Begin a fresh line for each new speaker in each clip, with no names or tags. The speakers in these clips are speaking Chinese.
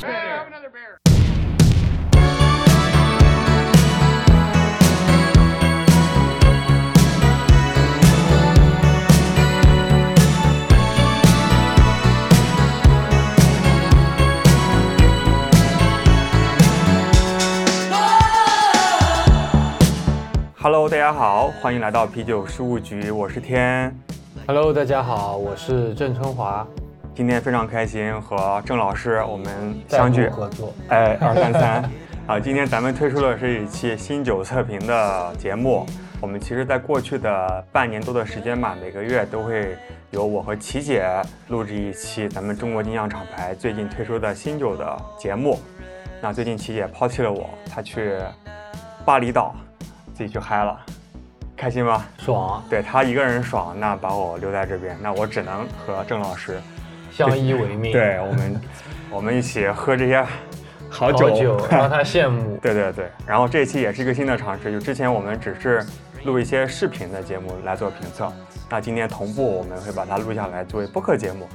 Brother Bear.
Hello，大家好，欢迎来到啤酒事务局，我是天。
Hello，大家好，我是郑春华，
今天非常开心和郑老师我们相聚
再度，合作。
哎，二三三。 啊，今天咱们推出了是一期新酒测评的节目。我们其实，在过去的半年多的时间吧，每个月都会有我和琪姐录制一期咱们中国精酿厂牌最近推出的新酒的节目。那最近琪姐抛弃了我，她去巴厘岛自己去嗨了，开心吗？
爽，
对她一个人爽，那把我留在这边，那我只能和郑老师，
相依为命。
对我们，我们一起喝这些好。
好久让他羡慕
对对对，然后这一期也是一个新的尝试，就之前我们只是录一些视频的节目来做评测，那今天同步我们会把它录下来作为播客节目。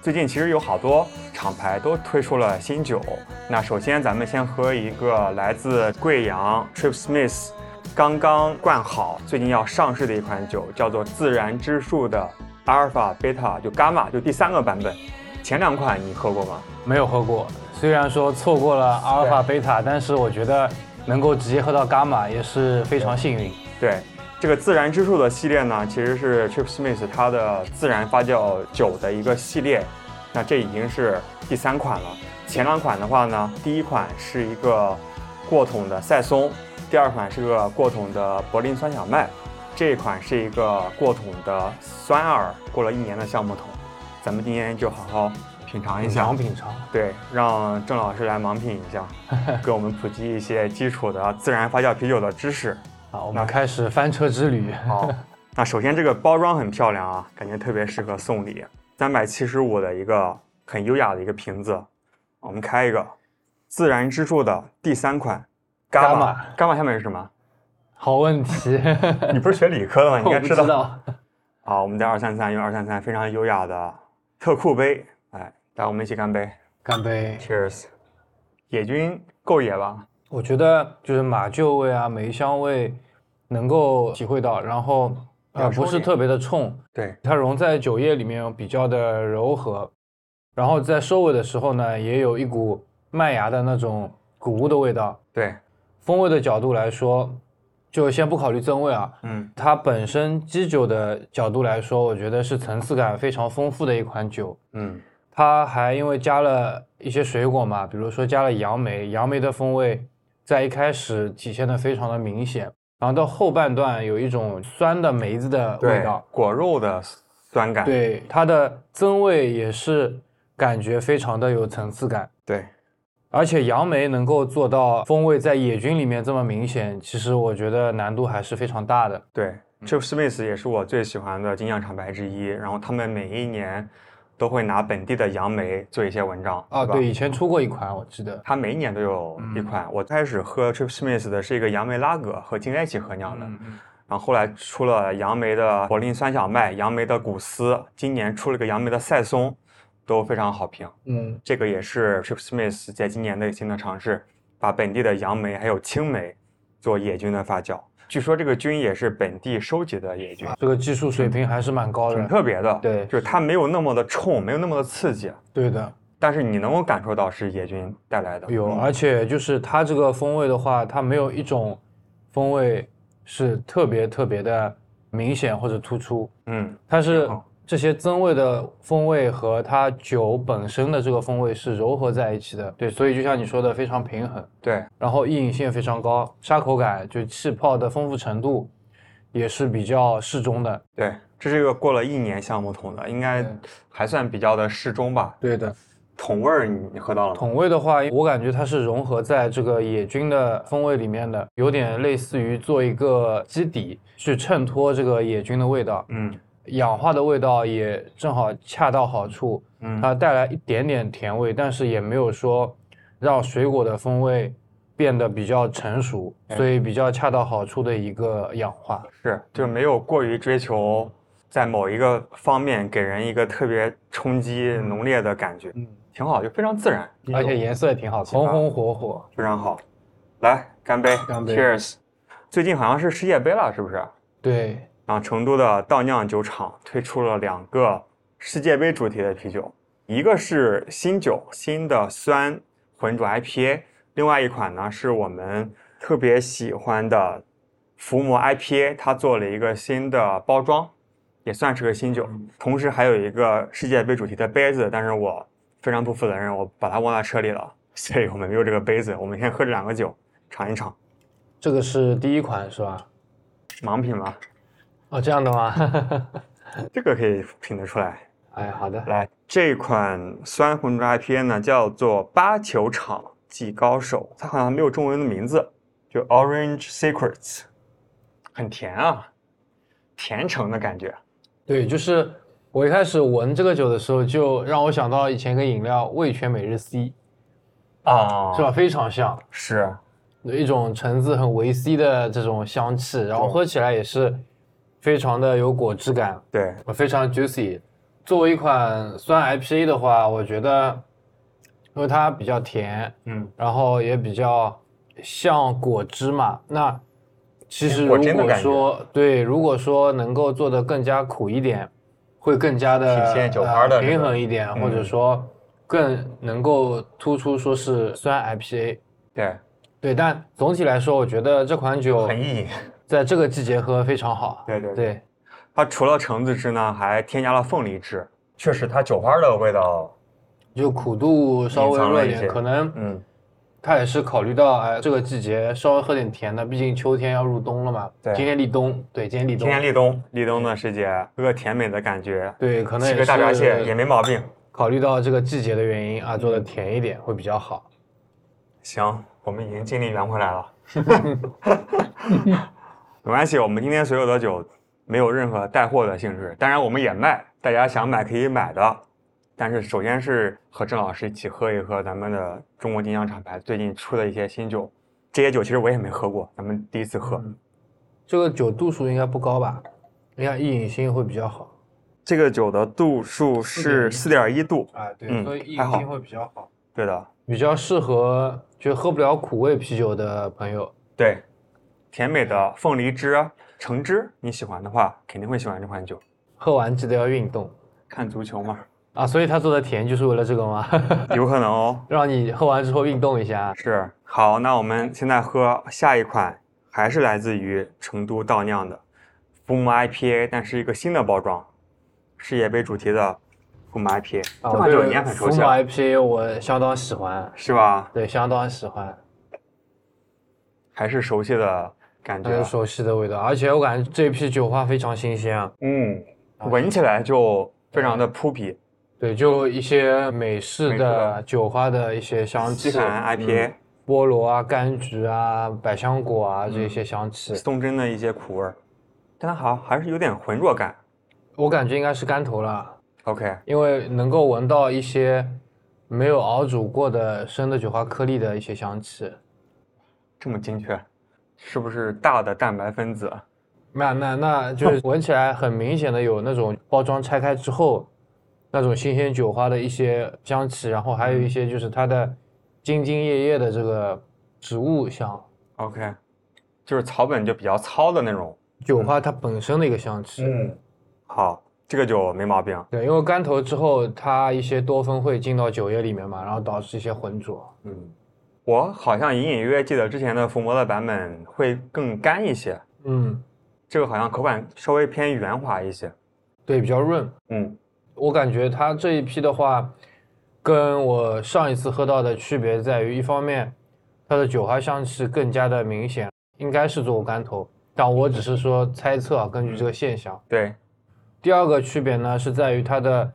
最近其实有好多厂牌都推出了新酒，那首先咱们先喝一个来自贵阳 Trip Smith 刚刚灌好，最近要上市的一款酒，叫做自然之树的阿尔法、贝塔就伽马，就第三个版本。前两款你喝过吗？
没有喝过，虽然说错过了阿尔法、贝塔，但是我觉得能够直接喝到伽马也是非常幸运。
对，这个自然之树的系列呢，其实是 Chip Smith 它的自然发酵酒的一个系列。那这已经是第三款了。前两款的话呢，第一款是一个过桶的赛松，第二款是个过桶的柏林酸小麦，这一款是一个过桶的酸耳，过了一年的橡木桶。咱们今天就好好品尝一下。
想嗯品尝，
对，让郑老师来盲品一下，给我们普及一些基础的自然发酵啤酒的知识。
好，我
那
们开始翻车之旅。
好， 那首先这个包装很漂亮啊，感觉特别适合送礼。三百七十五的一个很优雅的一个瓶子，我们开一个自然之树的第三款伽马。伽马下面是什 么？
好问 题，
你不是学理科的吗？你应
我
该
不
知
知
道。
道。
好，我们在二三三用二三三非常优雅的特酷杯，哎，来我们一起干杯
干杯！
，Cheers！野菌够野吧？
我觉得就是马厩味啊、梅香味能够体会到，然后呃
要收
不是
敛
特别的冲，
对，
它融在酒液里面比较的柔和，然后在收尾的时候呢，也有一股麦芽的那种谷物的味道。
对，
风味的角度来说，就先不考虑增味啊，
嗯，
它本身基酒的角度来说，我觉得是层次感非常丰富的一款酒。
嗯，
它还因为加了一些水果嘛，比如说加了杨梅，杨梅的风味在一开始体现的非常的明显，然后到后半段有一种酸的梅子的味
对
道，，
果肉的酸感，
对它的增味也是感觉非常的有层次感，
对，
而且杨梅能够做到风味在野菌里面这么明显，其实我觉得难度还是非常大的。
对，Chip
嗯
Smith 也是我最喜欢的精酿厂牌之一。然后他们每一年都会拿本地的杨梅做一些文章
啊，
吧
对，嗯以前出过一款，我记得，
它每一年都有一款。我开始喝 Chip Smith 的是一个杨梅拉格，和金在一起合酿的。
嗯
然后后来出了杨梅的柏林酸小麦、杨梅的古斯，今年出了个杨梅的赛松，都非常好评。
嗯，
这个也是 Chip Smith 在今年的新的尝试，把本地的杨梅还有青梅做野菌的发酵。据说这个菌也是本地收集的野菌。
这个技术水平还是蛮高
挺
的，
特别的，
对
就是它没有那么的冲，没有那么的刺激，
对的，
但是你能够感受到是野菌带来的。
有，
嗯
而且就是它这个风味的话，它没有一种风味是特别特别的明显或者突出，
嗯，
它是
好
这些增味的风味和它酒本身的这个风味是柔合在一起的，对，所以就像你说的非常平衡，
对
然后易饮性非常高，沙口感就气泡的丰富程度也是比较适中的，嗯
对，这是一个过了一年橡木桶的，应该
对
还算比较的适中吧。
哎对的。
桶味儿你你喝到了吗？
桶味的话，我感觉它是融合在这个野菌的风味里面的，有点类似于做一个基底，去衬托这个野菌的味道，
嗯
氧化的味道也正好恰到好处，
嗯，
它带来一点点甜味，但是也没有说让水果的风味变得比较成熟，所以比较恰到好处的一个氧化。
是，就是没有过于追求在某一个方面给人一个特别冲击浓烈的感觉，
嗯，
挺好，就非常自然，
而且颜色也挺好嗯看，
吧
红红火火。
非常好。来，干杯
干
c
杯
h e e r s 最近好像是世界杯了，是不是？
对，
然后成都的倒酿酒厂推出了两个世界杯主题的啤酒，一个是新酒新的酸浑浊 IPA，另外一款呢是我们特别喜欢的伏魔 IPA，它做了一个新的包装，也算是个新酒，同时还有一个世界杯主题的杯子，但是我非常不负责任，我把它忘在车里了，所以我们没有这个杯子，我们先喝这两个酒尝一尝，
这个是第一款是吧？
盲品吧，
哦，这样的 吗？
这个可以品得出来。
哎，好的，
来，这款酸浑浊 IPA 呢叫做八球场技高手，它好像没有中文的名字，就 Orange Secrets，很甜啊，甜橙的感觉。
对，就是我一开始闻这个酒的时候，就让我想到以前一个饮料味全每日 C，
啊
是吧？非常像，
是，
有一种橙子很维 C 的这种香气，然后
对
喝起来也是非常的有果汁感，
对，
非常 juicy。作为一款酸 IPA 的话，我觉得，因为它比较甜，
嗯，
然后也比较像果汁嘛。那其实
偏
如
果汁的
果
感觉
说对，如果说能够做得更加苦一点，会更加的
体现酒花的这个
呃、平衡一点，
嗯
或者说更能够突出说是酸 IPA。
对，
对，但总体来说，我觉得这款酒
很意淫。
在这个季节喝非常好。
对对对
对，
它除了橙子汁呢，还添加了凤梨汁，确实它酒花的味道，
就苦度稍微
隐藏
弱
了
一
一
点，
些
可能
嗯，
他也是考虑到，哎，这个季节稍微喝点甜的，毕竟秋天要入冬了嘛。
对
今天立冬，对，今天立冬，
今天立冬，立冬的世界，喝个甜美的感觉，
对，可
吃
能也
嗯个大闸蟹也
是
没毛病。
考虑到这个季节的原因啊，做的甜一点会比较好。
行，我们已经尽力圆回来了。 没关系，我们今天所有的酒没有任何带货的性质，当然我们也卖，大家想买可以买的。但是首先是和郑老师一起喝一喝咱们的中国金奖厂牌最近出的一些新酒，这些酒其实我也没喝过，咱们第一次喝。
这个酒度数应该不高吧？应该一饮性会比较好
这个酒的度数是四点一度，
啊，对
嗯所以一饮性还好
会比较好，
对的，
比较适合就喝不了苦味啤酒的朋友。
对，甜美的凤梨汁、啊橙汁，你喜欢的话肯定会喜欢这款酒。
喝完记得要运动
看足球嘛，
啊，所以他做的甜就是为了这个吗？
有可能哦。
让你喝完之后运动一下。啊
是，好，那我们现在喝下一款，还是来自于成都倒酿的福姆 IPA，但是一个新的包装，世界杯主题的福姆 IPA。
啊，
这
我
款酒你
对
也很
福
熟
马
悉，
IPA 我相当喜欢，
是吧？
对，相当喜欢，
还是熟悉的感
很
觉。
熟悉的味道，而且我感觉这批酒花非常新鲜啊。
嗯，闻起来就非常的扑鼻，
对，就一些美式
美式
的
的
酒花的一些香
西
气，嗯
海岸 IPA
菠萝啊、柑橘啊、百香果啊这些香气，
松针的一些苦味儿，但它好像还是有点浑浊感。
我感觉应该是干头了，
OK，
因为能够闻到一些没有熬煮过的生的酒花颗粒的一些香气。
这么精确，是不是大的蛋白分子？
那那那就是闻起来很明显的有那种包装拆开之后那种新鲜酒花的一些香气，然后还有一些就是它的兢兢业业的这个植物香，
OK，就是草本就比较糙的那种。
酒花它本身的一个香气。
嗯，好，这个酒没毛病。
对，因为干头之后，它一些多酚会进到酒液里面嘛，然后导致一些浑浊。
嗯，我好像隐隐约约记得之前的伏魔的版本会更干一些，
嗯，
这个好像口感稍微偏圆滑一些。
对，比较润。
嗯，
我感觉它这一批的话，跟我上一次喝到的区别在于，一方面它的酒花香气更加的明显，应该是做过干头，但我只是说猜测啊，根据这个现象。
对，
第二个区别呢是在于它的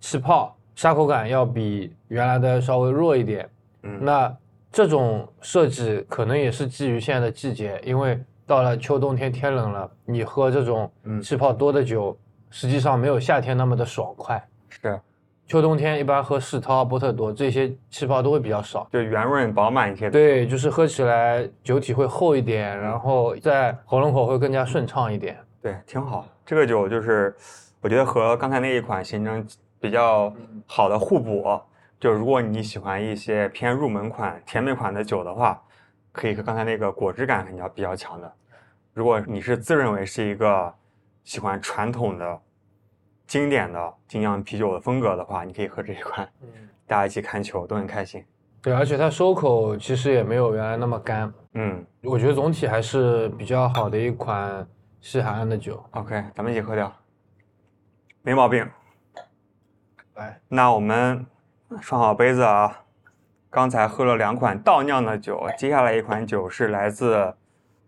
气泡沙口感要比原来的稍微弱一点。
嗯
那这种设计可能也是基于现在的季节，因为到了秋冬天天冷了，你喝这种
嗯
气泡多的酒，实际上没有夏天那么的爽快。
是，
秋冬天一般喝世涛、波特多这些气泡都会比较少。
就圆润饱满一些。，
对，
嗯
就是喝起来酒体会厚一点，然后在喉咙口会更加顺畅一点。
对，挺好。这个酒就是我觉得和刚才那一款形成比较好的互补。就如果你喜欢一些偏入门款、甜美款的酒的话，可以和刚才那个果汁感比较比较强的。如果你是自认为是一个喜欢传统的、经典的精酿啤酒的风格的话，你可以喝这一款，
嗯，
大家一起看球都很开心。
对，而且它收口其实也没有原来那么干，
嗯
我觉得总体还是比较好的一款西海岸的酒。
，OK，咱们一起喝掉，没毛病。
来，
那我们涮好杯子啊，刚才喝了两款倒酿的酒，接下来一款酒是来自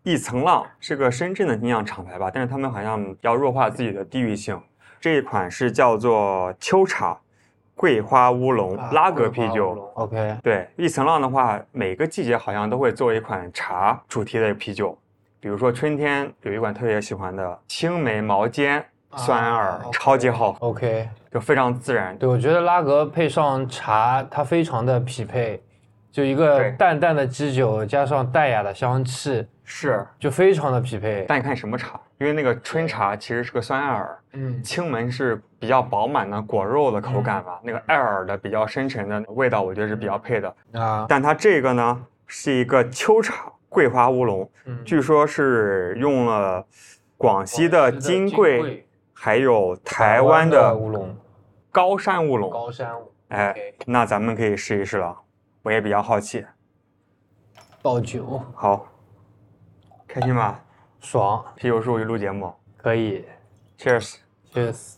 一层浪，是个深圳的精酿厂牌吧，但是他们好像要弱化自己的地域性。这一款是叫做秋茶桂花乌龙拉格啤酒。
啊 OK，
对，一层浪的话，每个季节好像都会做一款茶主题的啤酒，比如说春天有一款特别喜欢的青梅毛尖酸
啊
耳，
，OK
超级好喝，
OK，
就非常自然。
对，我觉得拉格配上茶，它非常的匹配，就一个
对
淡淡的基酒加上淡雅的香气，
是，
就非常的匹配。
但你看什么茶？因为那个春茶其实是个酸艾尔，
嗯，
青门是比较饱满的果肉的口感吧，那个艾尔的比较深沉的味道，我觉得是比较配的。
啊，
但它这个呢是一个秋茶桂花乌龙，
嗯
据说是用了广西的金桂，还有台湾的
乌龙，
高山乌龙。
高山乌
哎，
，OK，
那咱们可以试一试了，我也比较好奇。
爆酒，
好，开心吧？
爽，
啤酒树录节目
可以
，Cheers。
，Cheers，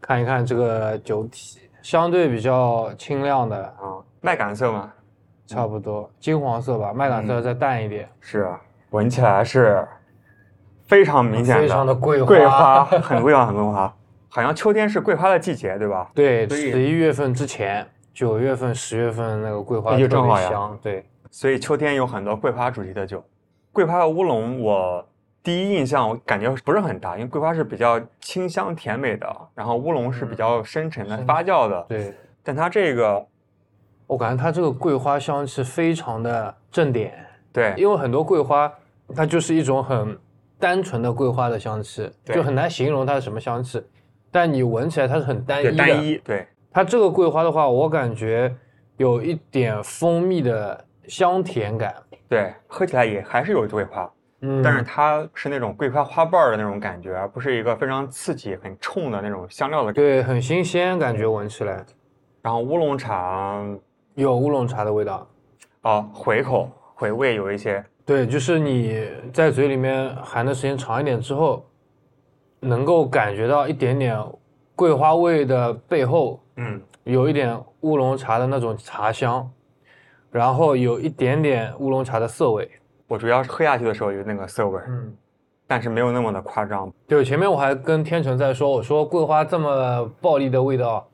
看一看这个酒体，相对比较清亮的，
啊，麦秆色吗？
差不多金黄色吧，麦秆色再淡一点，
是，闻起来是非常明显的，
非常的桂花，
桂花，很桂花，很桂花。好像秋天是桂花的季节，对吧？
对，
所以
十一月份之前，九月份、十月份那个桂花
那就
特
正好呀
别香，对，
所以秋天有很多桂花主题的酒。桂花的乌龙，我第一印象我感觉不是很大，因为桂花是比较清香甜美的，然后乌龙是比较深沉的、
嗯
发酵的。
对，
但它这个，
我感觉它这个桂花香气非常的正点，
对
因为很多桂花它就是一种很单纯的桂花的香气，
对
就很难形容它是什么香气，但你闻起来它是很单一
对
的。
单一，对
它这个桂花的话，我感觉有一点蜂蜜的香甜感，
对，喝起来也还是有桂花，
嗯，
但是它是那种桂花花瓣儿的那种感觉，而不是一个非常刺激、很冲的那种香料的感觉。
对，很新鲜，感觉闻起来
然后乌龙茶，
有乌龙茶的味道。
哦，回口回味有一些，
对，就是你在嘴里面含的时间长一点之后，能够感觉到一点点桂花味的背后，
嗯，
有一点乌龙茶的那种茶香，然后有一点点乌龙茶的涩味。
我主要是喝下去的时候有那个涩味儿，
嗯，
但是没有那么的夸张。
对，前面我还跟天成在说，我说桂花这么暴力的味道，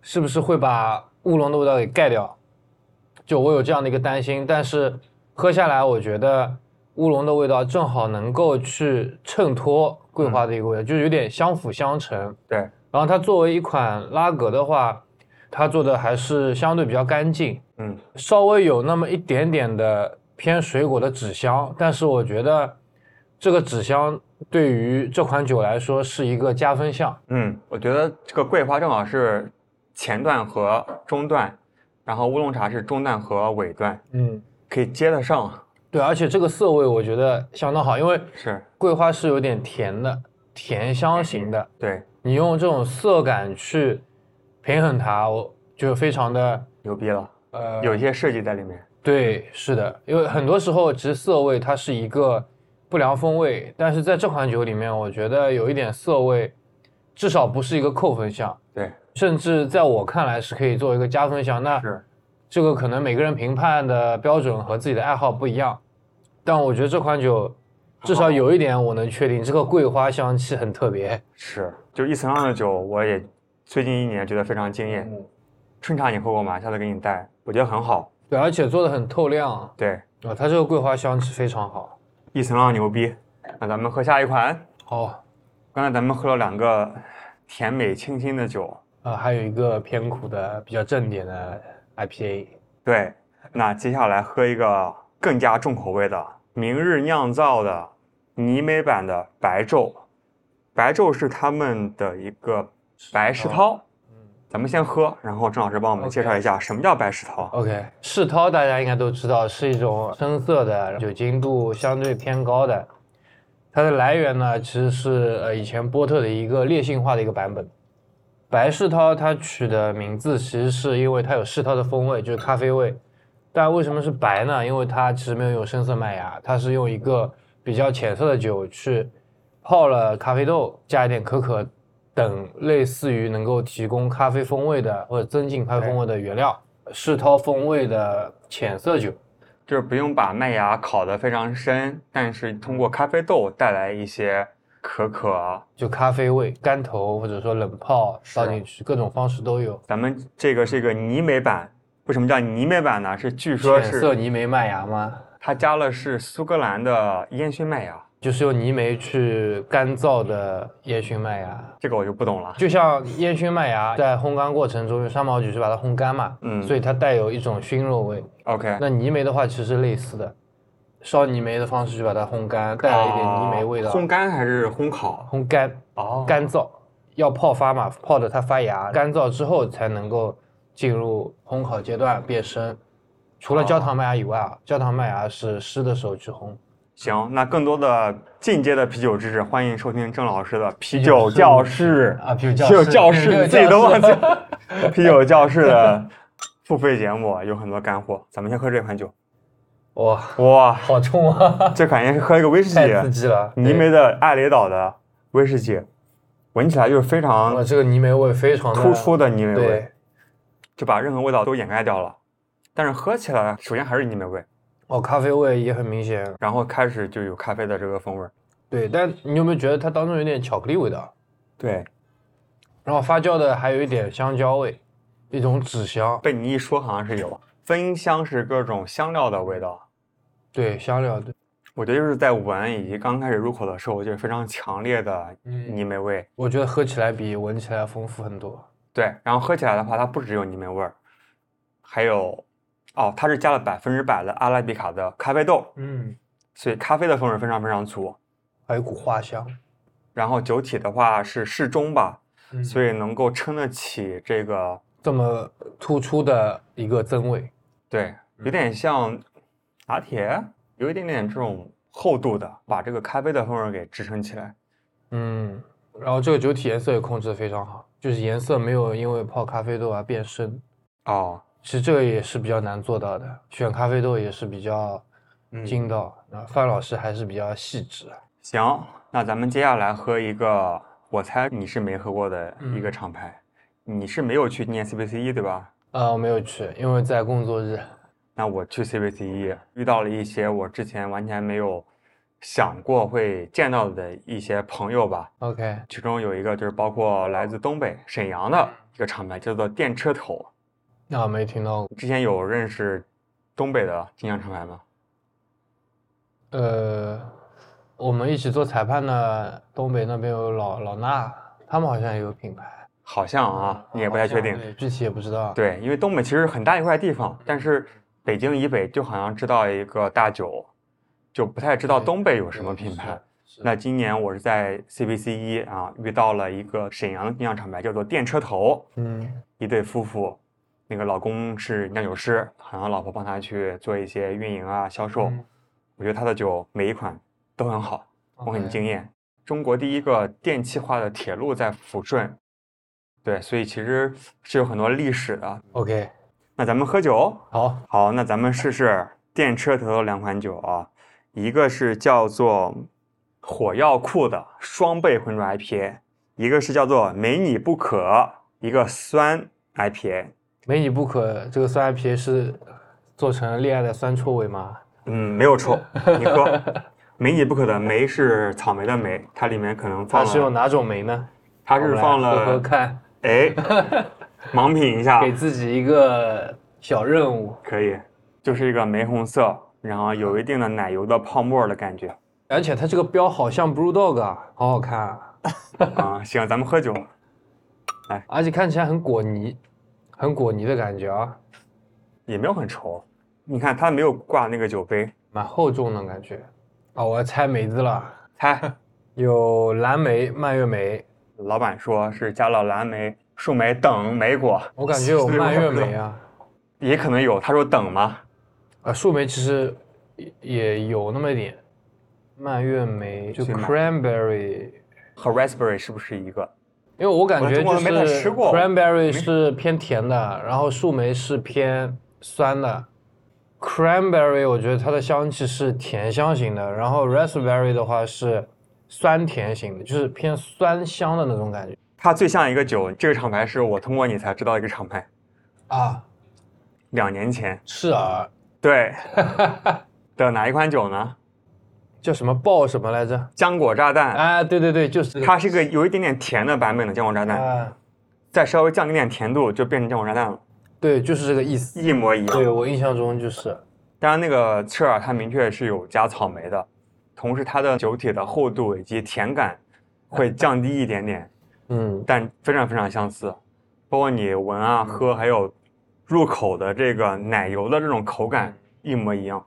是不是会把乌龙的味道给盖掉？就我有这样的一个担心，但是喝下来，我觉得乌龙的味道正好能够去衬托桂花的一个味道，就是有点相辅相成。
对，
然后它作为一款拉格的话，它做的还是相对比较干净，
嗯，
稍微有那么一点点的偏水果的纸香，但是我觉得这个纸香对于这款酒来说是一个加分项。
嗯，我觉得这个桂花正好是前段和中段，然后乌龙茶是中段和尾段，
嗯，
可以接得上。
对，而且这个涩味我觉得相当好，因为
是
桂花是有点甜的，甜香型的，
对，
你用这种涩感去平衡它，我就非常的
牛逼了，
呃
有一些设计在里面。
对，是的，因为很多时候其实涩味它是一个不良风味，但是在这款酒里面，我觉得有一点涩味，至少不是一个扣分项，
对，
甚至在我看来是可以作为一个加分项。那
是
这个可能每个人评判的标准和自己的爱好不一样，但我觉得这款酒至少有一点我能确定，这个桂花香气很特别。
是，就一层浪的酒，我也最近一年觉得非常惊
嗯
艳。春茶你喝过吗？下次给你带，我觉得很好。
对，而且做的很透亮啊、
对，
它这个桂花香气非常好。
一层浪牛逼。那咱们喝下一款。
好，
刚才咱们喝了两个甜美清新的酒，
呃，还有一个偏苦的、比较正点的 IPA。
对，那接下来喝一个更加重口味的，明日酿造的泥煤版的白昼白昼是他们的一个白
哦
石涛，嗯咱们先喝，然后郑老师帮我们
OK
介绍一下什么叫白石涛。
OK，世涛大家应该都知道是一种深色的，酒精度相对偏高的。它的来源呢，其实是呃以前波特的一个烈性化的一个版本。白世涛它取的名字其实是因为它有世涛的风味，就是咖啡味。但为什么是白呢？因为它其实没有用深色麦芽，它是用一个比较浅色的酒去泡了咖啡豆，加一点可可等类似于能够提供咖啡风味的或者增进咖啡风味的原料。世涛风味的浅色酒。
就是不用把麦芽烤得非常深，但是通过咖啡豆带来一些可可啊。
就咖啡味、干头或者说冷泡倒进去，各种方式都有。
咱们这个是一个泥煤版，为什么叫泥煤版呢？是据说
浅色
是
泥煤麦芽吗？
它加了是苏格兰的烟熏麦芽，
就是用泥煤去干燥的烟熏麦芽，
这个我就不懂了。
就像烟熏麦芽在烘干过程中用三毛榉去把它烘干嘛，
嗯
所以它带有一种熏肉味。
OK，
那泥煤的话其实是类似的，烧泥煤的方式去把它烘干，带来一点泥煤味道。
啊烘干还是烘烤？
烘干，
哦
干燥，要泡发嘛，泡的它发芽，干燥之后才能够进入烘烤阶段变深。除了焦糖麦芽以外啊，焦糖麦芽是湿的时候去烘。
行，那更多的进阶的啤酒知识，欢迎收听郑老师的啤酒
酒教
教室
啊啤酒教
啤酒
室
教
啤酒
室，
教
你自己都
室
忘记了 啤酒教室的付费节目有很多干货，咱们先喝这款酒。
哇，
哇，
好冲啊！
这款应该 是喝一个威士忌，
太刺激了！
泥煤的艾雷岛的威士忌，闻起来就是非
对，哇，
常
这个泥煤味非常的
突出的泥煤味
对，，
就把任何味道都掩盖掉了。但是喝起来，首先还是泥煤味，
哦，咖啡味也很明显。
然后开始就有咖啡的这个风味儿。
对，但你有没有觉得它当中有点巧克力味道？
对，
然后发酵的还有一点香蕉味，一种纸香，
被你一说好像是有芬香，是各种香料的味道。
对，香料，对，
我觉得就是在闻以及刚开始入口的时候，就是非常强烈的
嗯
泥煤味。
我觉得喝起来比闻起来丰富很多。
对，然后喝起来的话，它不只有泥煤味儿，还有，哦，它是加了百分之百的阿拉比卡的咖啡豆，
嗯，
所以咖啡的风味非常非常足。
还有一股花香，
然后酒体的话是适中吧，
嗯
所以能够撑得起这个，
这么突出的一个增味。
对，有点像拿铁，有一点点这种厚度的，把这个咖啡的风味给支撑起来。
嗯，然后这个酒体颜色也控制的非常好，就是颜色没有因为泡咖啡豆而变深。
哦，
其实这个也是比较难做到的，选咖啡豆也是比较
嗯
精到。那、范老师还是比较细致。啊
行，那咱们接下来喝一个，我猜你是没喝过的一个
嗯
厂牌，你是没有去念 CBCE 对吧？
啊，我没有去，因为在工作日。
那我去 CBCE 遇到了一些我之前完全没有想过会见到的一些朋友吧，
OK，
其中有一个就是包括来自东北沈阳的一个厂牌，叫做电车头。
那、没听到过。
之前有认识东北的金阳厂牌吗？
呃，我们一起做裁判的东北那边有老老衲，他们好像也有品牌
好像啊，你也不太
嗯好
确
像
定。
对具体也不知道。
对，因为东北其实很大一块地方，但是北京以北就好像知道一个大九，就不太知道
对
东北有什
对
么品牌。？
是是
那今年我是在 CBC 一啊遇到了一个沈阳的酿厂牌，叫做电车头，
嗯
一对夫妇，那个老公是酿酒师，好像老婆帮他去做一些运营啊、销售。
嗯
我觉得他的酒每一款都很好，我很
哦 OK
惊艳。中国第一个电气化的铁路在抚顺，对，所以其实是有很多历史的。
OK，
那咱们喝酒，
好，
好，那咱们试试电车头的两款酒啊，一个是叫做火药库的双倍浑浊 IPA，一个是叫做没你不可，一个酸 IPA。
没你不可。这个酸 IPA 是做成恋爱的酸臭味吗？
嗯，没有臭，你 喝。没你不可的梅是草莓的莓，它里面可能放
它
了，
是用哪种酶呢？
它是放
我们来
了，啊
喝喝看，
哎，盲品一下，
给自己一个小任务。
可以，就是一个玫红色，然后有一定的奶油的泡沫的感 觉。
而且它这个标好像 Blue Dog，啊，好好看啊，
啊，行，咱们喝酒。
而且看起来很果泥，很果泥的感觉啊，
也没有很稠。你看它没 有挂那个酒杯，
哦蛮厚重的感觉。啊，我要猜梅子了，
猜
有蓝莓、蔓越莓，
老板说是加了蓝莓、树莓等莓果，
我感觉有
所以我
蔓越
不知道
莓啊，
也可能有。他说等吗？
啊，树莓其实也也有那么一点，蔓越莓就
去买
cranberry，
和 raspberry 是不是一个？
因为我感
我
觉
中国
就
人没太
是
吃过
cranberry 是偏甜的，然后树莓是偏酸的。cranberry 我觉得它的香气是甜香型的，然后 raspberry 的话是酸甜型的，就是偏酸香的那种感觉
它最像一个酒，这个厂牌是我通过你才知道一个厂牌，
啊。
两年前
赤耳
对的哪一款酒呢？
叫什么爆什么来着？
浆果炸弹，
哎，对对对，就是这个。
它是一个有一点点甜的版本的浆果炸弹，
啊，
再稍微降一点点甜度就变成浆果炸弹了，
对，就是这个意思。
一模一样。
对我印象中就是，
当然，那个赤耳它明确是有加草莓的，同时它的酒体的厚度以及甜感会降低一点点，
嗯，
但非常非常相似。包括你闻啊、喝，还有入口的这个奶油的这种口感一模一样。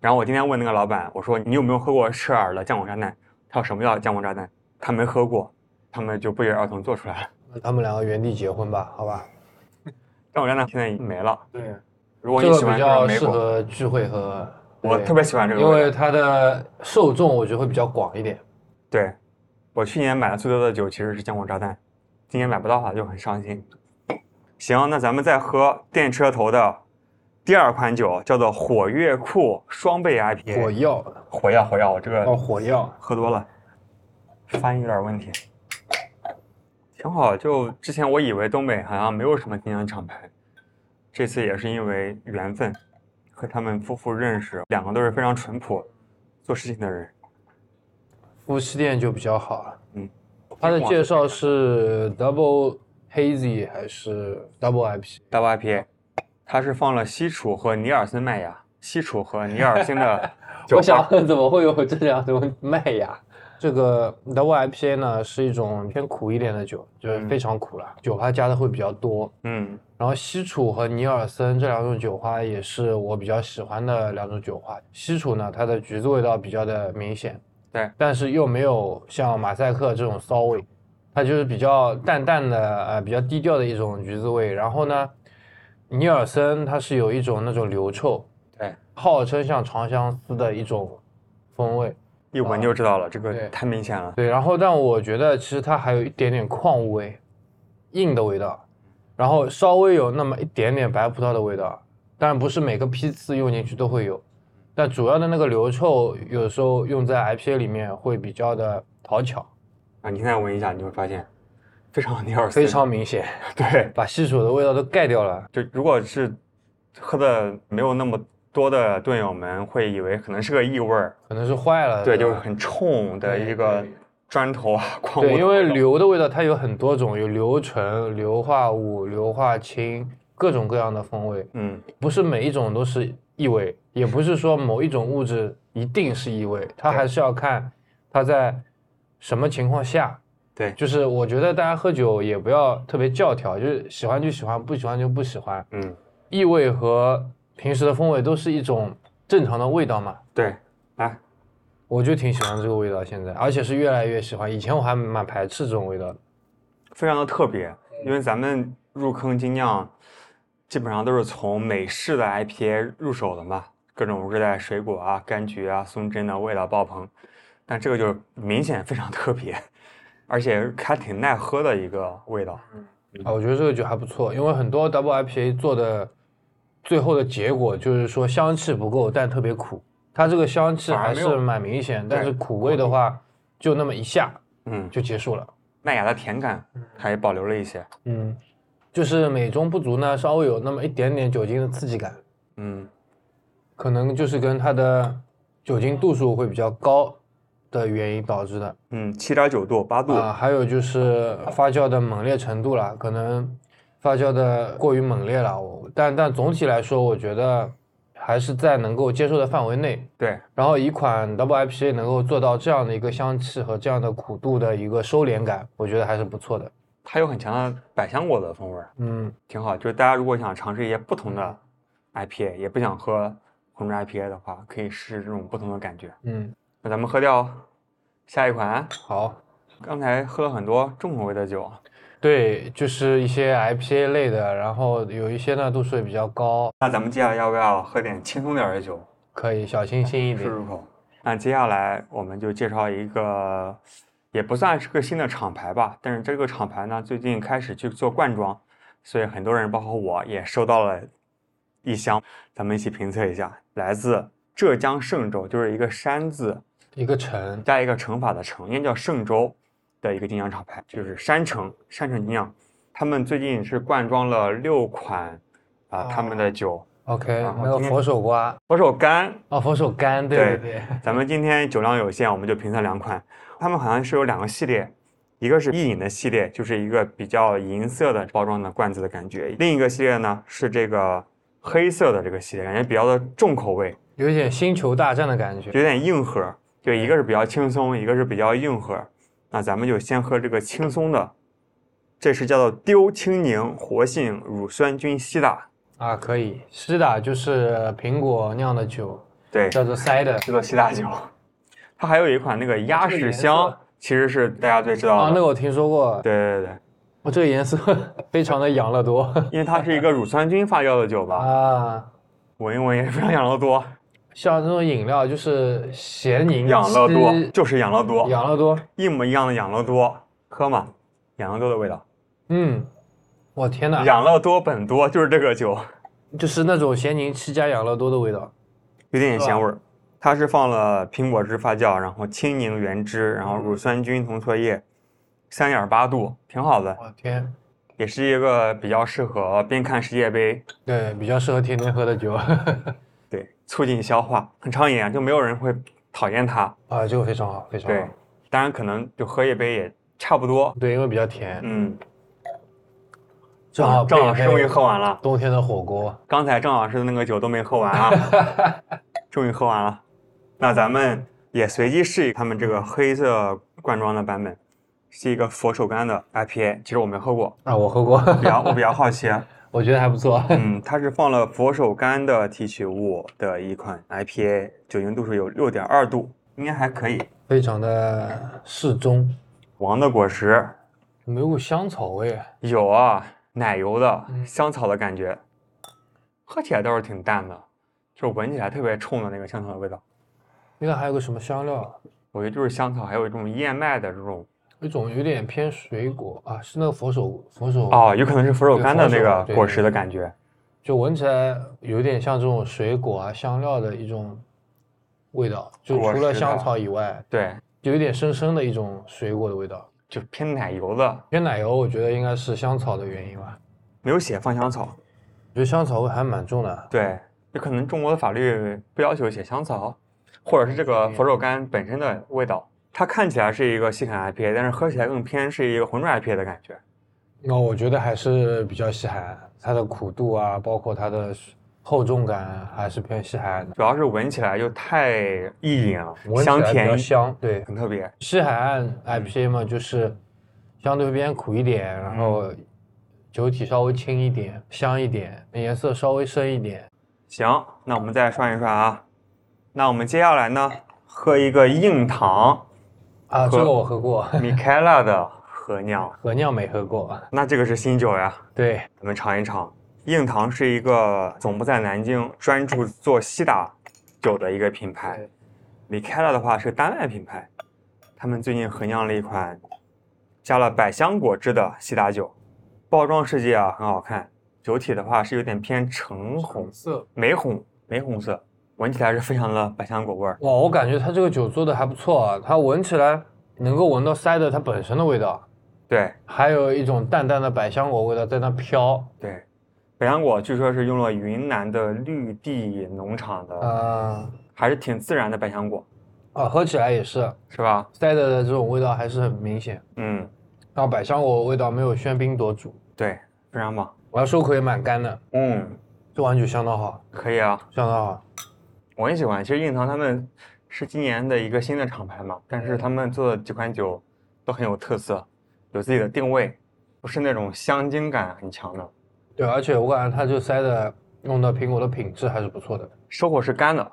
然后我今天问那个老板，我说你有没有喝过赤耳的浆果炸弹？他说什么叫浆果炸弹？他没喝过，他们就不约而同做出来了。
他们两个原地结婚吧，好吧？
浆果炸弹现在已经没了。
对，
如果
这
你喜
个
欢
比
这种
较
莓
适
果，
合聚会和
我
对
特别喜欢这个
因
味道。
为它的受众我觉得会比较广一点。
对，我去年买的最多的酒其实是浆果炸弹，今年买不到它就很伤心。行，那咱们再喝电车头的第二款酒，叫做火月库双倍 IPA。
火药
火药火药，我这
哦，
个
火药，
喝多了，翻译有点问题。挺好，就之前我以为东北好像没有什么精酿厂牌，这次也是因为缘分，和他们夫妇认识，两个都是非常淳朴做事情的人。
夫妻店就比较好了。
嗯，
它的介绍是 double hazy 还是 double IP？
double IPA，它是放了西楚和尼尔森麦芽，西楚和尼尔森 的酒花
我想怎么会有这两种麦芽？这个 double IPA 呢是一种偏苦一点的酒，就是非常苦了，酒花加的会比较多。
嗯，
然后西楚和尼尔森这两种酒花也是我比较喜欢的两种酒花。西楚呢，它的橘子味道比较的明显，
对
但是又没有像马赛克这种骚味，它就是比较淡淡的呃比较低调的一种橘子味。然后呢，尼尔森它是有一种那种流臭，
对，
号称像长相思的一种风味。
一闻就知道了，这个
对
太明显了。
对，然后但我觉得其实它还有一点点矿物味，硬的味道，然后稍微有那么一点点白葡萄的味道，当然不是每个批次用进去都会有，但主要的那个流臭有时候用在 IPA 里面会比较的讨巧，
啊，你现在闻一下，你会发现非常尼尔森，
非常明显，
对。
把西楚的味道都盖掉了。
就如果是喝的没有那么多的队友们，会以为可能是个异味儿，
可能是坏了，
对，
吧
就是很冲的
对
一个
对
砖头啊， 矿物
对，因为
头
硫的味道它有很多种，有硫醇、硫化物、硫化氢，各种各样的风味。
嗯，
不是每一种都是异味，也不是说某一种物质一定是异味，它还是要看它在什么情况下。
对
就是我觉得大家喝酒也不要特别教条，就是喜欢就喜欢，不喜欢就不喜欢。
嗯，
异味和平时的风味都是一种正常的味道嘛，
对，哎来，
我就挺喜欢这个味道，现在而且是越来越喜欢。以前我还蛮排斥这种味道的。
非常的特别，因为咱们入坑精酿基本上都是从美式的 IPA 入手的嘛，各种热带水果啊、柑橘啊、松针的味道爆棚，但这个就明显非常特别，而且还挺耐喝的一个味道。
啊，我觉得这个酒还不错，因为很多 double IPA 做的最后的结果就是说香气不够，但特别苦。它这个香气
反而
还
没
是
有
蛮明显，但
对
是苦味的话就那么一下
嗯，
就结束了。
麦芽的甜感还保留了一些。
嗯，就是美中不足呢，稍微有那么一点点酒精的刺激感，
嗯，
可能就是跟它的酒精度数会比较高的原因导致的。
嗯，七点九度、八度，
啊，还有就是发酵的猛烈程度啦，可能发酵的过于猛烈了，我但但总体来说，我觉得还是在能够接受的范围内。
对，
然后一款 double IPA 能够做到这样的一个香气和这样的苦度的一个收敛感，我觉得还是不错的。
它有很强的百香果的风味儿，
嗯，
挺好。就是大家如果想尝试一些不同的 IPA，也不想喝红茶 IPA 的话，可以试试这种不同的感觉。
嗯，
那咱们喝掉下一款，
好，
刚才喝了很多重口味的酒，
对，就是一些 IPA 类的，然后有一些呢度数也比较高，
那咱们接下来要不要喝点轻松点儿的酒，
可以小清新一
漱
点。
漱口？那接下来我们就介绍一个，也不算是个新的厂牌吧，但是这个厂牌呢，最近开始去做罐装，所以很多人，包括我也收到了一箱，咱们一起评测一下，来自浙江嵊州，就是一个山字
一个橙，
加一个乘法的乘，应该叫嵊州的一个精酿厂牌，就是山城山城精酿。他们最近是灌装了六款啊、他们的酒。
OK，
然后
那个
啊今天
佛手瓜，
佛手柑，
哦，佛手柑，对
对
对对，
咱们今天酒量有限，我们就评测两款。他们好像是有两个系列，一个是意饮的系列，就是一个比较银色的包装的罐子的感觉；另一个系列呢是这个黑色的这个系列，感觉比较的重口味，
有一点星球大战的感觉。
有点硬核。就一个是比较轻松，一个是比较硬核。那咱们就先喝这个轻松的，这是叫做丢青柠活性乳酸菌西打，
啊，可以。施打就是苹果酿的酒，
对，
叫做 cider。
制作西打酒。它还有一款那个鸭
这个
屎
颜色
香，其实是大家最知道
啊，
的。
那个我听说过，
对对对对。
我这个颜色 非常的养乐多
因为它是一个乳酸菌发酵的酒吧，
啊，
闻一闻也非常养乐多，
像这种饮料就是咸柠
养乐多
汁
就是养乐多，
养乐多。
一模一样的养乐多，喝嘛，养乐多的味道，
嗯，我天哪，
养乐多本多就是这个酒，
就是那种咸柠七加养乐多的味道。
有点咸味儿。它是放了苹果汁发酵，然后青柠原汁，然后乳酸菌同侧液，三点八度，挺好的，
我天，
也是一个比较适合边看世界杯，
对，比较适合天天喝的酒
对，促进消化，很畅饮啊，就没有人会讨厌它。
啊，这个非常好，非常
对
好。，
当然可能就喝一杯也差不多，
对，因为比较甜，
嗯。
正好
郑老师
配
哦终于喝完了，
冬天的火锅。
刚才郑老师的那个酒都没喝完 啊，终于喝完了。那咱们也随机试一他们这个黑色罐装的版本，是一个佛手柑的 IPA，其实我没喝过，
啊，我喝过，
比 较我比较好奇啊，
我觉得还不错。
嗯，它是放了佛手柑的提取物的一款 IPA，酒精度数有六点二度，应该还可以。
非常的适中，
王的果实
没有股香草味，
有啊，奶油的
嗯
香草的感觉，喝起来倒是挺淡的，就是闻起来特别冲的那个香草的味道。
应该还有个什么香料，
我觉得就是香草，还有一种燕麦的这种
有一种有点偏水果啊，是那个佛手佛手，
哦，有可能是佛手
对
柑
佛
的那
手
个
对
果
对
实的感觉。
就闻起来有点像这种水果啊香料的一种味道，就
果
除了
实
香
的
草以外，
对，
有一点深深的一种水果的味道。
就偏奶油的，
偏奶油，我觉得应该是香草的原因吧，
没有写放香草。
我觉得香草味还蛮重的。
对，有可能中国的法律不要求写香草，或者是这个佛手柑本身的味道。它看起来是一个细砍 IPA，但是喝起来更偏是一个浑浊 IPA 的感觉。
那我觉得还是比较稀罕，它的苦度啊，包括它的厚重感啊还是偏稀罕的，
主要是闻起来就太易饮了，
闻起
香
来比较
甜，
香，对。
很特别。
西海岸 IPA 嘛，就是相对偏苦一点，然后酒体稍微轻一点，香一点，颜色稍微深一点。
行，那我们再涮一涮啊。那我们接下来呢，喝一个硬糖。
啊，
喝
这个我喝过，
米开拉的合酿，
和酿没喝过。
那这个是新酒呀，
对，
咱们尝一尝。硬糖是一个总部在南京，专注做西打酒的一个品牌
对。
米开拉的话是个丹麦品牌，他们最近合酿了一款加了百香果汁的西打酒，包装设计啊很好看，酒体的话是有点偏橙红、
色。
玫红、玫红色，闻起来是非常的百香果味儿。
哇，我感觉它这个酒做的还不错啊，它闻起来能够闻到塞的它本身的味道，
对
还有一种淡淡的百香果味道在那飘。
对，百香果据说是用了云南的绿地农场的
啊、
还是挺自然的百香果，
啊，喝起来也是
是吧？
塞的的这种味道还是很明显，
嗯，
然后百香果味道没有喧宾夺主，
对，非常棒。
我要漱口也蛮干的。
嗯，
这碗酒相当好，
可以啊，
相当好。
我很喜欢。其实硬糖他们是今年的一个新的厂牌嘛，但是他们做的几款酒都很有特色，有自己的定位，不是那种香精感很强的。
对，而且我感觉它这塞的用的苹果的品质还是不错的。
收获是干的，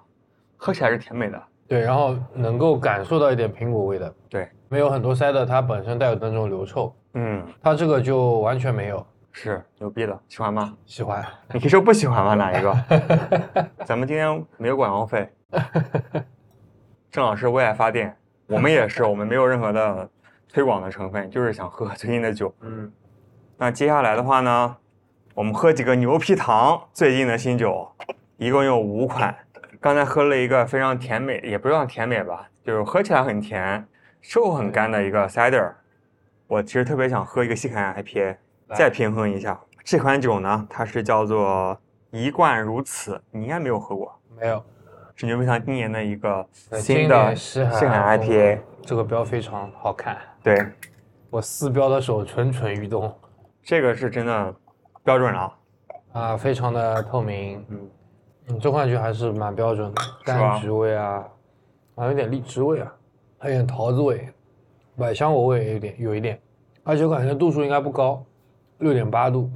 喝起来是甜美的，
对，然后能够感受到一点苹果味的，
对，
没有很多塞的它本身带有的那种流臭，
嗯，
它这个就完全没有。
是牛逼的，喜欢吗？
喜欢，
你可以说不喜欢吗？哪一个？ 咱们今天没有广告费。郑老师为爱发电，我们也是，我们没有任何的推广的成分，就是想喝最近的酒。
嗯，
那接下来的话呢，我们喝几个牛皮糖最近的新酒，一共有五款。刚才喝了一个非常甜美，也不算甜美吧，就是喝起来很甜，瘦很干的一个 cider。我其实特别想喝一个西海岸 IPA，再平衡一下。这款酒呢，它是叫做一贯如此，你应该没有喝过，
没有。
是牛皮糖今年的一个
对
新
呃今
的
年
西
西嗯
海
海
岸 IPA。
这个标非常好看，
对，
我撕标的手蠢蠢欲动
这个是真的标准了。
啊，非常的透明。
嗯
嗯，这款酒还是蛮标准的，
吧
柑橘味啊，啊有点荔枝味啊，还有点桃子味，百香果味也有点有一点，而且我感觉度数应该不高，六点八度，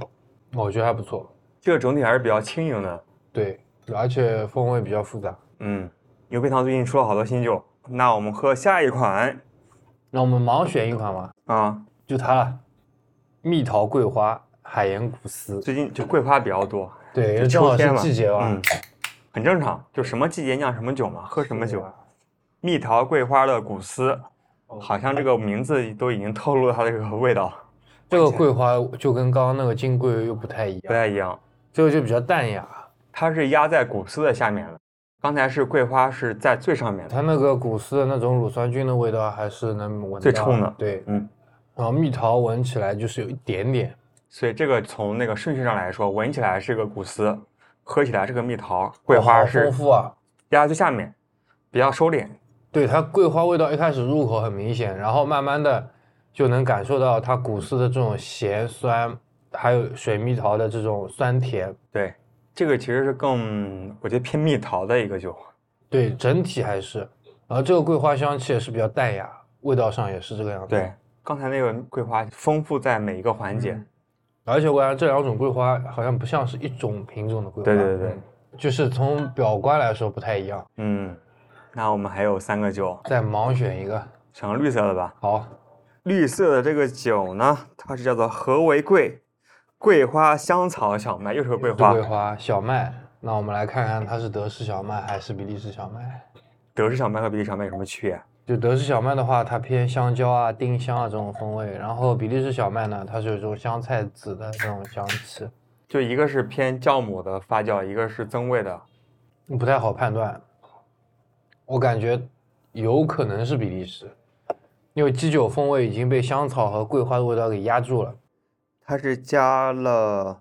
我觉得还不错。
这个整体还是比较轻盈的。
对，而且风味比较复杂。
嗯，牛皮糖最近出了好多新酒，那我们喝下一款
那我们盲选一款吧，
啊。
就它了，蜜桃桂花海盐古丝。
最近就桂花比较多，
对，因为
秋
正好是
天嘛，
季节吧。
嗯，很正常，就什么季节酿什么酒嘛，喝什么酒
对啊。
蜜桃桂花的古斯，
哦
好像这个名字都已经透露它这个味道，
这个桂花就跟刚刚那个金桂又不太一
不
样，
太一样。
这个就比较淡雅。
它是压在古斯的下面的，刚才是桂花是在最上面的。
它那个古丝的那种乳酸菌的味道还是能闻到
最冲的
对，
嗯，
然后蜜桃闻起来就是有一点点，
所以这个从那个顺序上来说，闻起来是个古斯，喝起来是个蜜桃，桂花
好
是
丰富啊。
压在最下面，比较收敛。
对，它桂花味道一开始入口很明显，然后慢慢的就能感受到它古丝的这种咸酸，还有水蜜桃的这种酸甜。
对，这个其实是更我觉得偏蜜桃的一个酒。
对，整体还是，然后这个桂花香气也是比较淡雅，味道上也是这个样子。
对，刚才那个桂花丰富在每一个环节。
而且我感觉这两种桂花好像不像是一种品种的桂花，
对
嗯
对对对，
就是从表观来说不太一样。
嗯，那我们还有三个酒，
再盲选一个，
选个绿色的吧。
好，
绿色的这个酒呢，它是叫做何为贵，桂花香草小麦，又是个桂花，
桂花小麦。那我们来看看它是德式小麦还是比利时小麦。
德式小麦和比利时小麦有什么区别？
就德式小麦的话，它偏香蕉啊、丁香啊这种风味，然后比利时小麦呢，它是有这种香菜籽的这种香气，
就一个是偏酵母的发酵，一个是增味的。
不太好判断。我感觉有可能是比利时，因为基酒风味已经被香草和桂花的味道给压住了。
它是加了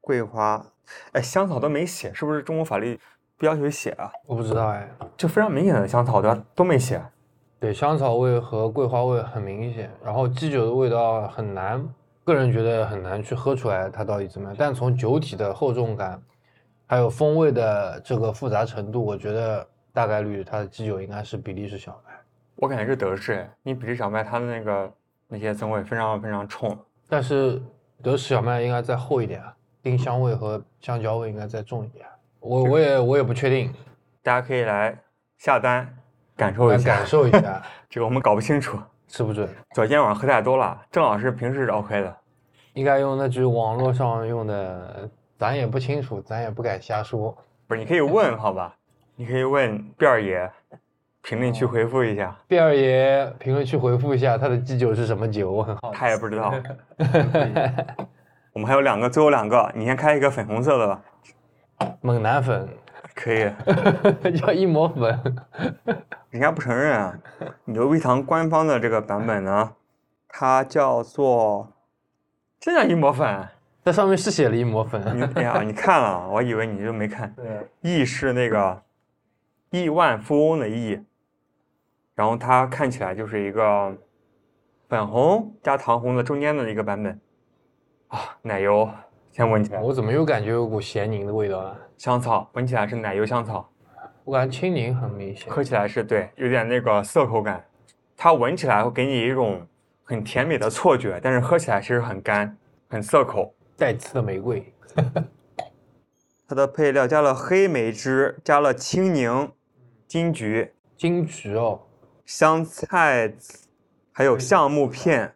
桂花，哎，香草都没写，是不是中国法律不要求写啊？
我不知道哎，
就非常明显的香草对吧？都没写。
对，香草味和桂花味很明显，然后基酒的味道很难，个人觉得很难去喝出来它到底怎么样。但从酒体的厚重感，还有风味的这个复杂程度，我觉得大概率它的基酒应该是比利时小麦。
我感觉是德式，因为比利时小麦它的那个那些增味非常非常冲。
但是德式小麦应该再厚一点啊，丁香味和香蕉味应该再重一点啊。我我也我也不确定，
大家可以来下单感受
来
一下。
感受一下，
这个我们搞不清楚。
吃不准。
昨天晚上喝太多了，郑老师平时是 OK 的，
应该用那句网络上用的，咱也不清楚，咱也不敢瞎说。
不是？你可以问好吧？你可以问辫儿爷，评论区回复一下，
第二爷评论区回复一下他的基酒是什么酒， 我很哦好奇。
他也不知道。 我们还有两个，最后两个，你先开一个粉红色的吧。
猛男粉，
可以，
叫一抹粉。
人家不承认啊。牛皮糖官方的这个版本呢，它叫做，这叫一抹粉。
在上面是写了一抹粉
啊你，哎呀，你看了，我以为你就没看。
对，
亿是那个亿万富翁的亿，然后它看起来就是一个粉红加糖红的中间的一个版本啊，奶油先闻起来，
我怎么又感觉有股咸柠的味道啊？
香草闻起来是奶油香草，
我感觉青柠很明显。
喝起来是对有点那个涩口感，它闻起来会给你一种很甜美的错觉，但是喝起来其实很干，很涩口。
带刺的玫瑰，
它的配料加了黑莓汁，加了青柠、金桔、
金桔哦，
香菜，还有橡木片，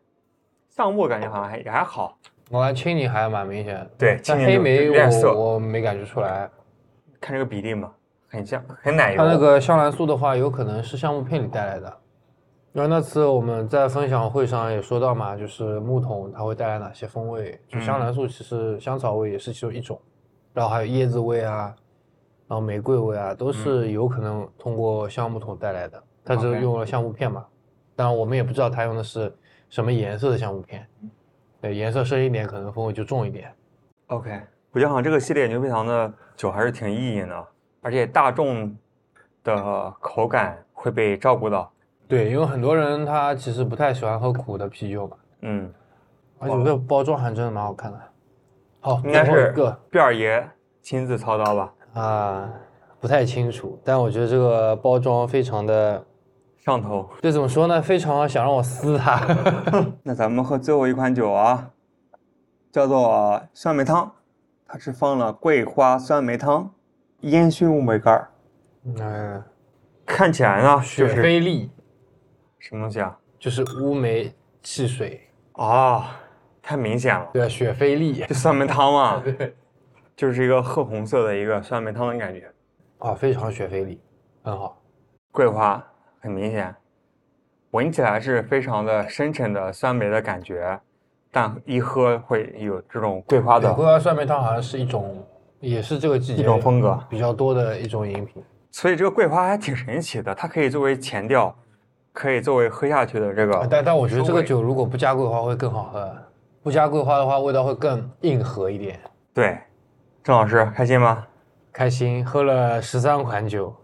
橡木感觉好像还也还好，
我看青柠还蛮明显的，
对青
但
柠
黑
就
莓
有点涩
我我没感觉出来。
看这个比例嘛，很像很奶油。
它那个香兰素的话，有可能是橡木片里带来的。然后那次我们在分享会上也说到嘛，就是木桶它会带来哪些风味？就香兰素其实香草味也是其中一种，然后还有椰子味啊，然后玫瑰味啊，都是有可能通过橡木桶带来的。它只是
OK
用了橡木片嘛，当然我们也不知道它用的是什么颜色的橡木片。对，颜色深一点，可能风味就重一点。
OK，我觉得好像这个系列牛皮糖的酒还是挺意义的，而且大众的口感会被照顾到。
对，因为很多人他其实不太喜欢喝苦的啤酒嘛。
嗯，
而且这个包装还真的蛮好看的。好，
应该
最后一
是
个
辫儿爷亲自操刀吧？
啊，不太清楚，但我觉得这个包装非常的，
上头。
这怎么说呢？非常想让我撕它。
那咱们喝最后一款酒啊，叫做酸梅汤，它是放了桂花酸梅汤，烟熏乌梅干儿。
嗯，
看起来呢，就
雪
是
菲力
什么东西啊？
就是乌梅汽水，
哦，太明显了，
对啊，雪菲力，
就酸梅汤嘛，
对，
就是一个褐红色的一个酸梅汤的感觉。
啊，非常雪菲力，很好。
桂花很明显，闻起来是非常的深沉的酸梅的感觉，但一喝会有这种桂花
对，桂
的
花酸梅汤好像是一种，也是这个季节
一种风格。
比较多的一种饮品。
所以这个桂花还挺神奇的，它可以作为前调，可以作为喝下去的这
啊
个。
但但我觉得这
收
个
尾
酒如果不加桂花会更好喝，不加桂花的话味道会更硬核一点。
对，郑老师开心吗？
开心，喝了十三款酒，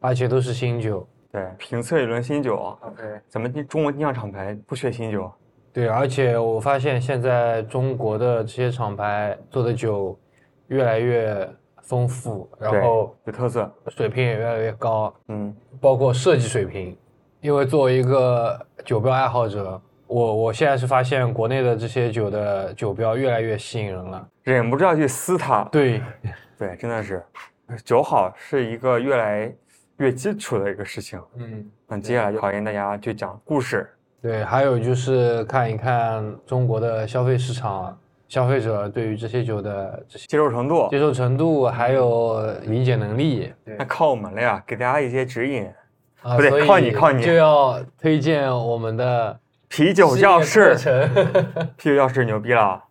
而且都是新酒。
对，评测一轮新酒啊。对，咱们中国酿厂牌不缺新酒，
对，而且我发现现在中国的这些厂牌做的酒越来越丰富，然
对
后
有特色。
水平也越来越高，
嗯，
包括设计水平。因为作为一个酒标爱好者，我我现在是发现国内的这些酒的酒标越来越吸引人了。
忍不住要去撕它。
对，
对，真的是，酒好是一个越来越基础的一个事情。
嗯，
那接下来就考验大家去讲故事。
对，还有就是看一看中国的消费市场，消费者对于这些酒的这些。
接受程度
接，受程度还有理解能力，
那靠我们了呀，给大家一些指引。
啊，
不对
所以
靠你靠你
就要推荐我们的
啤酒教室，
系列课程
啤酒教室牛逼了。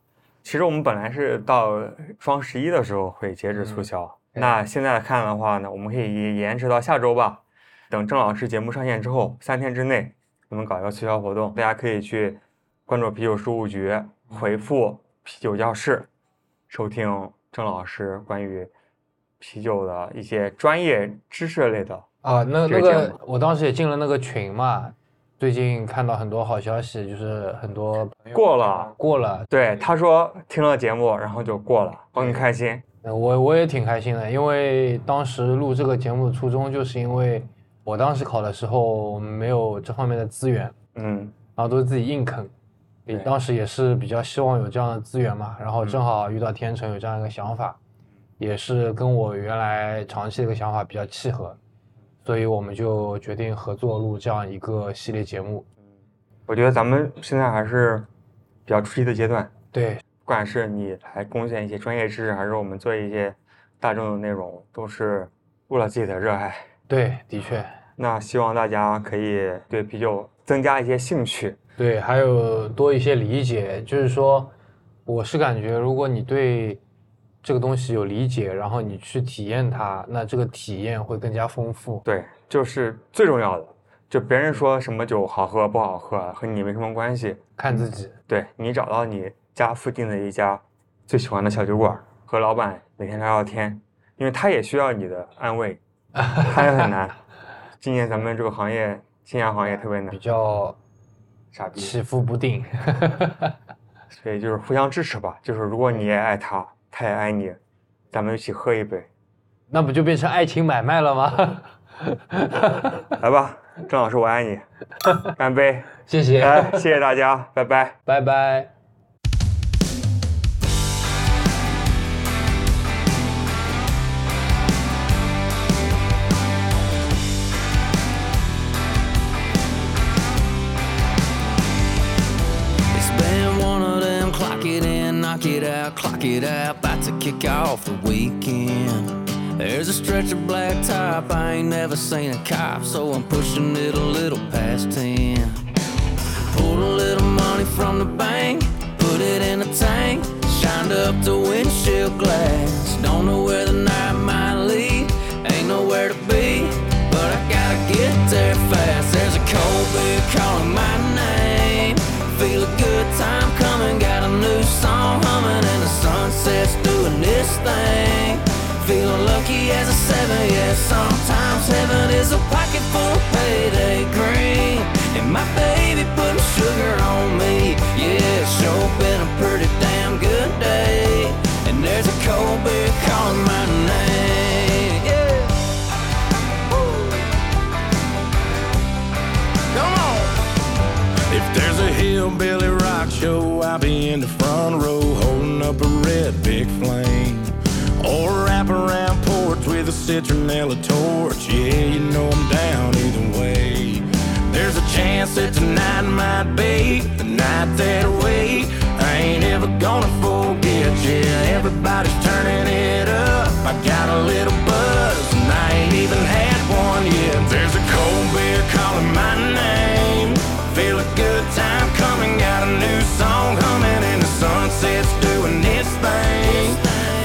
其实我们本来是到双十一的时候会截止促销，
对
那现在看的话呢，我们可以延迟到下周吧。等郑老师节目上线之后，三天之内我们搞一个促销活动，大家可以去关注啤酒事务局，回复“啤酒教室”，收听郑老师关于啤酒的一些专业知识类的。
啊，那那
这个节
个
目
我当时也进了那个群嘛，最近看到很多好消息，就是很多朋友啊
过了
过了，
对，他说听了节目，然后就过了，我很开心。
呃我我也挺开心的，因为当时录这个节目的初衷就是因为我当时考的时候没有这方面的资源，
嗯，
然后都是自己硬啃。
对
当时也是比较希望有这样的资源嘛，然后正好遇到天成有这样一个想法，也是跟我原来长期的一个想法比较契合，所以我们就决定合作录这样一个系列节目。
我觉得咱们现在还是比较初期的阶段，
对，
不管是你来贡献一些专业知识，还是我们做一些大众的内容，都是为了自己的热爱。
对，的确，
那希望大家可以对啤酒增加一些兴趣。
对，还有多一些理解，就是说，我是感觉，如果你对这个东西有理解，然后你去体验它，那这个体验会更加丰富。
对，就是最重要的，就别人说什么酒好喝不好喝，啊和你没什么关系。
看自己，
对你找到你家附近的一家最喜欢的小酒馆，和老板每天聊聊天，因为他也需要你的安慰，他也很难。今年咱们这个行业，新阳行业特别难
比，较
傻逼。
起伏不定。
所以就是互相支持吧。就是如果你也爱他，他也爱你，咱们一起喝一杯，
那不就变成爱情买卖了吗？
来吧，郑老师，我爱你，干杯！
谢谢，
哎，谢谢大家，拜拜。
拜拜。
「 out, clock it out, about to kick off the weekend. There's a stretch of black top, I ain't never seen a cop, so I'm pushing it a little past 10. Pulled a little money from the bank, put it in a tank, shined up the windshield glass. Don't know where the night might lead, ain't nowhere to be, but I gotta get there fast. There's a cold beer calling my name, feel a good time coming, got a new song humming, and the sunset's doing this thing. Feeling lucky as a seven, yeah. Sometimes heaven is a pocket full of payday green. And my baby putting sugar on me. Yeah, it's sure been a pretty damn good day. And there's a cold beer calling my name. Yeah. Woo. Come on. If there's a hillbilly rock show, I'll be in the front row holding up a red big flame. Or wrap around porch with a citronella torch. Yeah, you know I'm down either way. There's a chance that tonight might be the night that we ain't ever gonna forget. Yeah, everybody's turning it up. I got a little buzz and I ain't even had one yet. There's a cold beer calling my name. Feel a good time coming, got a new song humming, and the sunset's doing its thing.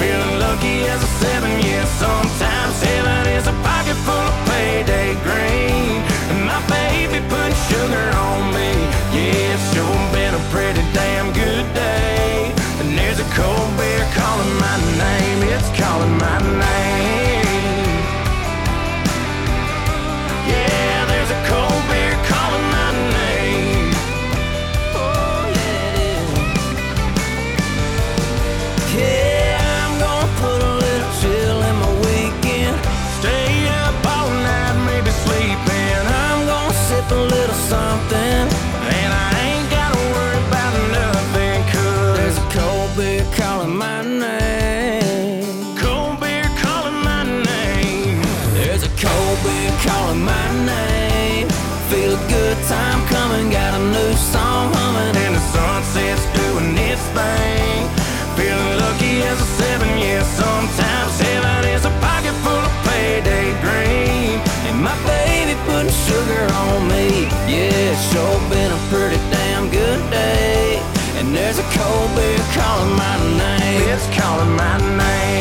Feeling lucky as a seven, yeah. Sometimes heaven is a pocket full of payday green. And my baby put sugar on me. Yeah, it's sure been a pretty damn good day. And there's a cold beer calling my name, it's calling my name. Yeah, there's a cold beer calling my name. Oh, yeah, it is. Yeah, I'm gonna put a little chill in my weekend. Stay up all night, maybe sleeping. I'm gonna sip a little something. And I ain't gotta worry about nothing, cause there's a cold beer calling my name. Cold beer calling my name. There's a cold beer calling my name. Feel a good time coming, got a new song humming, and the sunset's doing its thing. Feeling lucky as a seven, yeah. Sometimes heaven is a pocket full of payday green, and my baby putting sugar on me. Yeah, it's sure been a pretty damn good day, and there's a cold beer calling my name. It's calling my name.